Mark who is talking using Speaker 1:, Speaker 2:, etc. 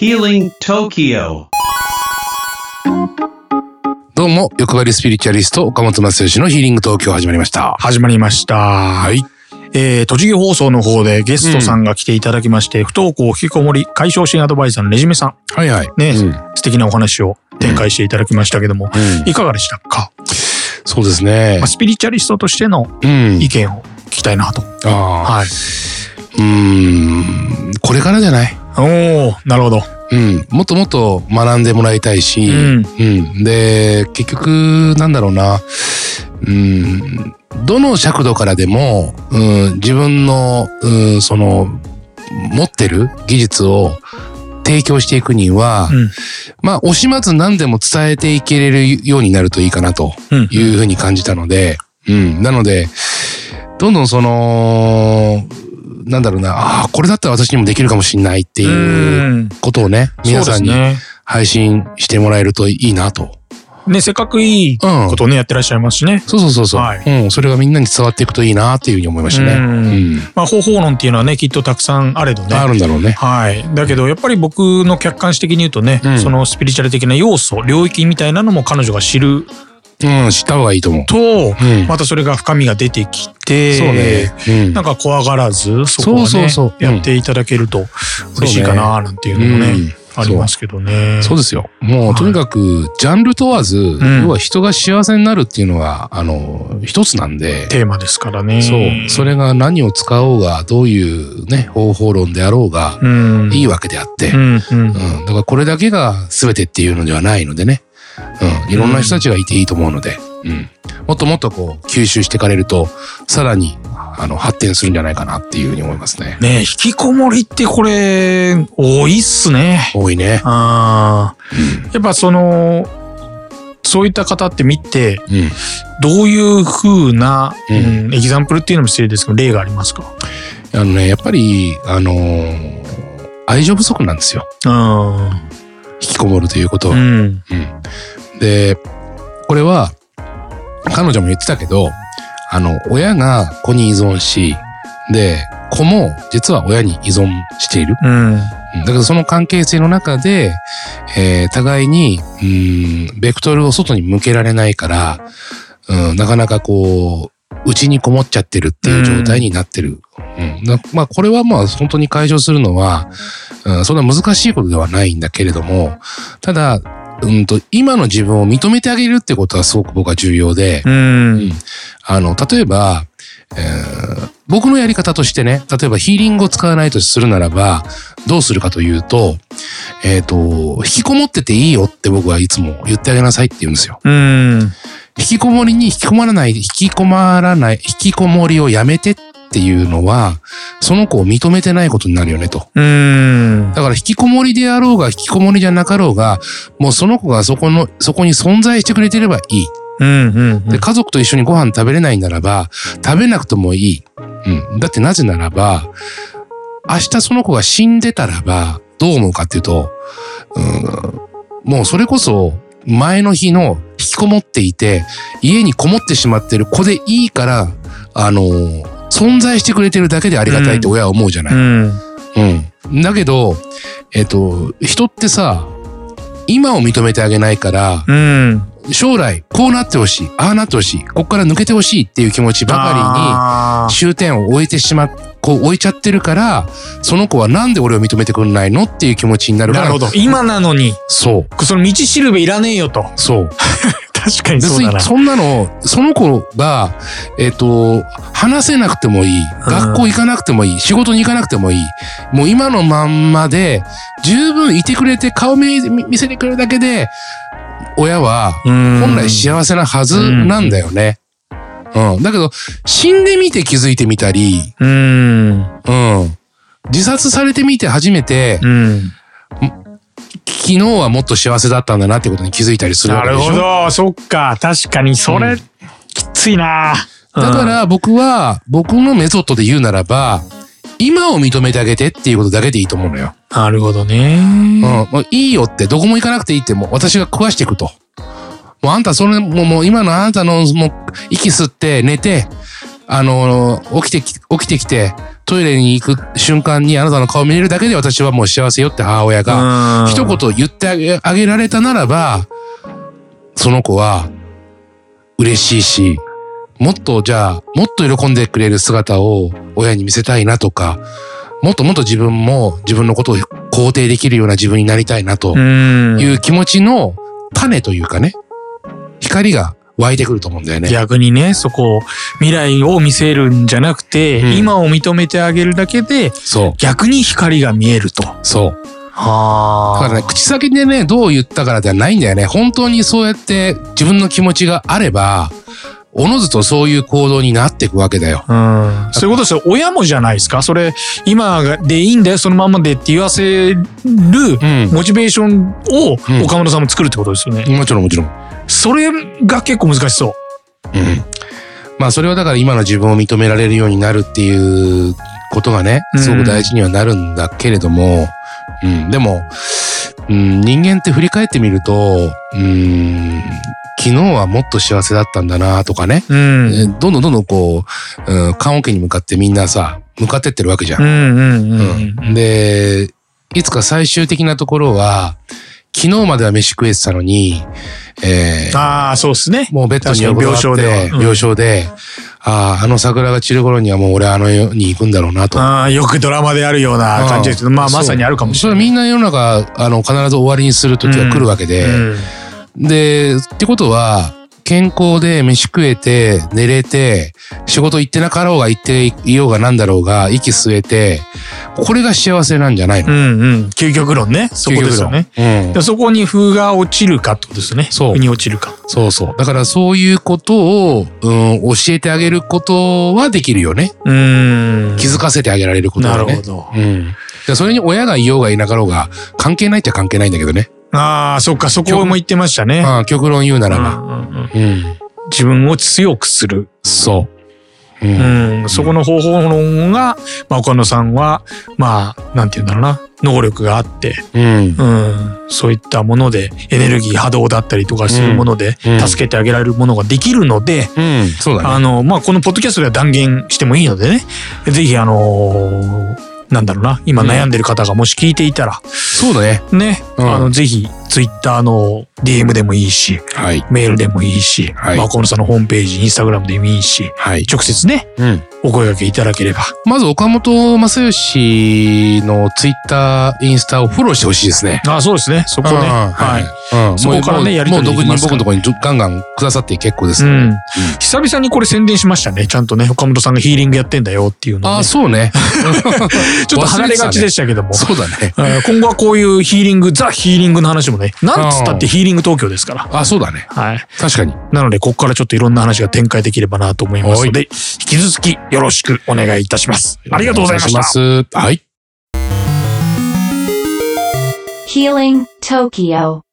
Speaker 1: Healing Tokyo.
Speaker 2: どうも、欲張りスピリチュアリスト、岡本正義のヒーリング東京始まりました。。
Speaker 3: 始まりました。はいえー、栃木放送の方でゲストさんが来ていただきまして、不登校引きこもり解消支援アドバイザーのねじめさ
Speaker 2: はいはい。
Speaker 3: ん、ね、
Speaker 2: うん
Speaker 3: 素敵なお話を展開していただきましたけども、
Speaker 2: うん
Speaker 3: いかがでしたか、
Speaker 2: そうですね
Speaker 3: まあ、。スピリチュアリストとしての
Speaker 2: うん
Speaker 3: 意。見を聞きたいなと。
Speaker 2: ああ。
Speaker 3: はい。
Speaker 2: うーん。これからじゃない
Speaker 3: おおなるほど。
Speaker 2: うん。もっともっと学んでもらいたいし、
Speaker 3: うん
Speaker 2: うん。で、結局、なんだろうな。うん。どの尺度からでも、うん、自分の、うん、その、持ってる技術を提供していくには、
Speaker 3: うん。
Speaker 2: まあ、惜しまず何でも伝えていけれるようになるといいかなと
Speaker 3: うん。
Speaker 2: いうふうに感じたので、うん。なので、どんどんその、なんだろうな、ああ、これだったら私にもできるかもしれないっていう
Speaker 3: うん
Speaker 2: ことをね、皆さん
Speaker 3: そう
Speaker 2: に
Speaker 3: です
Speaker 2: 配信してもらえるといいなと。
Speaker 3: ね。ね、せっかくいい
Speaker 2: うん
Speaker 3: こ。とをね、やってらっしゃいますしね。
Speaker 2: そうそうそうそう、
Speaker 3: はい
Speaker 2: うん。それがみんなに伝わっていくといいなっていうふうに思いましたね。
Speaker 3: う
Speaker 2: うんん。
Speaker 3: まあ、方法論っていうのはね、きっとたくさんあれどね。
Speaker 2: あるんだろうね。
Speaker 3: はい。だけど、やっぱり僕の客観視的に言うとね、
Speaker 2: うん
Speaker 3: そのスピリチュアル的な要素、領域みたいなのも彼女が知る
Speaker 2: うん、知った方がいいと思う。
Speaker 3: と、
Speaker 2: うん。
Speaker 3: またそれが深みが出てきて、
Speaker 2: そうね。うん
Speaker 3: なんか怖がらず、そこはね
Speaker 2: そうそうそううん
Speaker 3: やっていただけると嬉しいかな、なんていうのもね、
Speaker 2: うん
Speaker 3: ありますけどね。
Speaker 2: そうですよ。も
Speaker 3: は
Speaker 2: う、
Speaker 3: い
Speaker 2: とにかく、ジャンル問わず、
Speaker 3: ん
Speaker 2: 要は人が幸せになるっていうのが、あの、一つなんで、
Speaker 3: テーマですからね。
Speaker 2: そう。それが何を使おうが、どういうね、方法論であろうが、
Speaker 3: うん。
Speaker 2: いいわけであって、
Speaker 3: う
Speaker 2: うん。
Speaker 3: ん、うん。
Speaker 2: だからこれだけが全てっていうのではないのでね。うん。いろんな人たちがいていいと思うので、うん。もっともっとこう、吸収していかれると、さらに、あの、発展するんじゃないかなっていうふうに思いますね。
Speaker 3: ねえ引きこもりってこれ、多いっすね。
Speaker 2: 多いね。
Speaker 3: ああ。やっぱその、そういった方って見て、
Speaker 2: うん。
Speaker 3: どういうふうな、
Speaker 2: う
Speaker 3: うんんエキザンプルっていうのも失礼ですけど、例がありますか
Speaker 2: あのね、やっぱり、あのー愛情不足なんですよ。
Speaker 3: う
Speaker 2: 引きこもるということは。
Speaker 3: ん。うん。
Speaker 2: で、これは、彼女も言ってたけど、あの、親が子に依存し、で、子も実は親に依存している。
Speaker 3: うん。
Speaker 2: うんだけどその関係性の中で、えー互いに、うん、ベクトルを外に向けられないから、うん、なかなかこう、内にこもっちゃってるっていう状態になってる。うんなまあ、これはまあ本当に解消するのは、うん、そんな難しいことではないんだけれども、ただ、うんと、今の自分を認めてあげるってことはすごく僕は重要で、
Speaker 3: うん。
Speaker 2: あの、例えば、えー僕のやり方としてね、例えばヒーリングを使わないとするならば、どうするかというと、えっ、と、引きこもってていいよって僕はいつも言ってあげなさいって言うんですよ。
Speaker 3: うん。
Speaker 2: 引きこもりに引きこまらない、引きこまらない、引きこもりをやめてっていうのは、その子を認めてないことになるよねと。
Speaker 3: うん。
Speaker 2: だから引きこもりであろうが、引きこもりじゃなかろうが、もうその子がそこの、そこに存在してくれてればいい。
Speaker 3: うん。
Speaker 2: で、家族と一緒にご飯食べれないならば、食べなくてもいい。うん。だってなぜならば、明日その子が死んでたらば、どう思うかっていうと、うん、もうそれこそ、前の日の引きこもっていて、家にこもってしまってる子でいいから、あの存在してくれてるだけでありがたいって親は思うじゃない。
Speaker 3: うん。
Speaker 2: うん。だけど、えっと、人ってさ、今を認めてあげないから、
Speaker 3: うん。
Speaker 2: 将来こうなってほしい、ああなってほしい、ここから抜けてほしいっていう気持ちばかり
Speaker 3: あ
Speaker 2: に
Speaker 3: ー
Speaker 2: 終点を置いてしまっ、こう置いちゃってるから、その子はなんで俺を認めてくんないのっていう気持ちになるから。
Speaker 3: なるほど。今なのに、
Speaker 2: そう。
Speaker 3: その道しるべいらねえよと。
Speaker 2: そう。
Speaker 3: 確かに
Speaker 2: 別
Speaker 3: そうだ
Speaker 2: に
Speaker 3: な。
Speaker 2: そんなの、その子が、えっ、と、話せなくてもいい、学校行かなくてもいい、仕事に行かなくてもいい、もう今のまんまで、十分いてくれて顔見見せてくれるだけで、親は本
Speaker 3: 本
Speaker 2: 来幸せなはずなんだよね。うん。だけど、死んでみて気づいてみたり、
Speaker 3: うん。
Speaker 2: うん。自殺されてみて初めて、
Speaker 3: うん。
Speaker 2: 昨日はもっと幸せだったんだなってことに気づいたりするわ
Speaker 3: な
Speaker 2: けで
Speaker 3: る
Speaker 2: しょ。
Speaker 3: ほど。そっか。確かに、それ、きついな。
Speaker 2: だか、ら僕は、僕のメソッドで言うならば、今を認めてあげてっていうことだけでいいと思うのよ。
Speaker 3: なるほどね。
Speaker 2: うん。もういいよって、どこも行かなくていいって、もう私が食わしていくと。もうあんた、それ、もうもう今のあなたの、もう、息吸って、寝て、あの、起きてき、起きてきて、トイレに行く瞬間にあなたの顔見れるだけで私はもう幸せよって母親が、
Speaker 3: が
Speaker 2: 一言言ってあげあげられたならば、その子は嬉しいし、もっとじゃあ、もっと喜んでくれる姿を親に見せたいなとか、もっともっと自分も自分のことを肯定できるような自分になりたいなと
Speaker 3: うん
Speaker 2: いう気持ちの種というかね、光が湧いてくると思うんだよね。
Speaker 3: 逆にね、そこを未来を見せるんじゃなくて、
Speaker 2: うん
Speaker 3: 今を認めてあげるだけで、
Speaker 2: そう、
Speaker 3: 逆に光が見えると。
Speaker 2: そう。
Speaker 3: あ
Speaker 2: だからね、口先でね、どう言ったからではないんだよね。本当にそうやって自分の気持ちがあれば、おのずとそういう行動になっていくわけだよ。
Speaker 3: うん、そういうことですよ。親もじゃないですか。それ、今がでいいんだよ、そのままでって言わせ
Speaker 2: う
Speaker 3: る
Speaker 2: ん。
Speaker 3: モチベーションを
Speaker 2: うん
Speaker 3: 岡村さんも作るってことですよね。
Speaker 2: もちろんもちろん。
Speaker 3: それが結構難しそう。
Speaker 2: うん。まあそれはだから今の自分を認められるようになるっていうことがね、すごく大事にはなるんだけれども、うん、でも、うん、人間って振り返ってみると、うん、昨日はもっと幸せだったんだなとかね、
Speaker 3: うん
Speaker 2: えどんどんどんどんこう、うん、棺桶に向かってみんなさ、向かってってるわけじゃん
Speaker 3: う。んうんう
Speaker 2: うん、
Speaker 3: ん。
Speaker 2: で、いつか最終的なところは、昨日までは飯食えてたのに、えー
Speaker 3: ああ、そうですね。
Speaker 2: もうベッドに横たわって
Speaker 3: 確かに病床ではうん
Speaker 2: 病床で、ああ、あの桜が散る頃にはもう俺あの世に行くんだろうなと。
Speaker 3: ああ、よくドラマであるような感じですけど、まあ
Speaker 2: そう
Speaker 3: まさにあるかもし
Speaker 2: それ
Speaker 3: れ
Speaker 2: は
Speaker 3: ない。
Speaker 2: みんな世の中、あの、必ず終わりにする時が来るわけで、
Speaker 3: うん
Speaker 2: で、ってことは、健康で飯食えて、寝れて、仕事行ってなかろうが行っていようがなんだろうが、息吸えて、これが幸せなんじゃないの、
Speaker 3: うんうん。究極論ね。そこですよね。
Speaker 2: 究極論うん
Speaker 3: でそこに風が落ちるかってことですね。
Speaker 2: そう
Speaker 3: 風に落ちるか。
Speaker 2: そうそう。だからそういうことを、うん、教えてあげることはできるよね。
Speaker 3: うん。
Speaker 2: 気づかせてあげられること
Speaker 3: な
Speaker 2: はね。
Speaker 3: るほど。
Speaker 2: うん。でそれに親がいようがいなかろうが、関係ないっちゃ関係ないんだけどね。
Speaker 3: ああ、そっか、そこも言ってましたね。
Speaker 2: まあ、極論言うなら
Speaker 3: う
Speaker 2: ば。
Speaker 3: んうんうん
Speaker 2: うん。
Speaker 3: 自分を強くする。
Speaker 2: そう。う。
Speaker 3: うんん。そこの方法論が、まあ、岡野さんは、まあ、なんて言うんだろうな。能力があって、
Speaker 2: うん。
Speaker 3: うん、そういったもので、エネルギー、波動だったりとかするもので、
Speaker 2: うんうん
Speaker 3: 助けてあげられるものができるので、
Speaker 2: うん。そうだ
Speaker 3: あ
Speaker 2: ね。
Speaker 3: の、まあ、このポッドキャストでは断言してもいいのでね、ぜひ、あのーなんだろうな、今
Speaker 2: うん
Speaker 3: 悩んでる方がもし聞いていたら、
Speaker 2: そうだね。
Speaker 3: ね、
Speaker 2: うん
Speaker 3: あの、ぜひ、ツイッターの DM でもいいし、
Speaker 2: はい。
Speaker 3: メールでもいいし、
Speaker 2: はい
Speaker 3: まあ、岡野さんのホームページ、インスタグラムでもいいし、
Speaker 2: はい。
Speaker 3: 直接ね、
Speaker 2: うん。
Speaker 3: お声掛けいただければ。
Speaker 2: まず、岡本正義のツイッター、インスタをフォローしてほしいですね。
Speaker 3: あ、そうですね、そこね。
Speaker 2: うん
Speaker 3: はい。。
Speaker 2: うん
Speaker 3: そこからね
Speaker 2: もう
Speaker 3: やり
Speaker 2: も
Speaker 3: と
Speaker 2: う
Speaker 3: り
Speaker 2: 独
Speaker 3: でき
Speaker 2: に
Speaker 3: ます
Speaker 2: 僕
Speaker 3: から
Speaker 2: のところにガンガンくださって結構です。
Speaker 3: うん久々にこれ宣伝しましたね。ちゃんとね、岡本さんがヒーリングやってんだよっていうのを
Speaker 2: あ
Speaker 3: ね
Speaker 2: あ、そうね。
Speaker 3: ちょっと離れがちで
Speaker 2: し
Speaker 3: したけども。
Speaker 2: そうだね。
Speaker 3: えー今後はこういうヒーリング、ザ・ヒーリングの話もね、なんつったってヒーリング東京ですから。
Speaker 2: あ、そうだね。
Speaker 3: はい。
Speaker 2: 確かに。
Speaker 3: なので、ここからちょっといろんな話が展開できればなと思いますので、引き続きよろしくお願いいたします。ありがとうございました。
Speaker 2: た。はい。
Speaker 4: Healing Tokyo.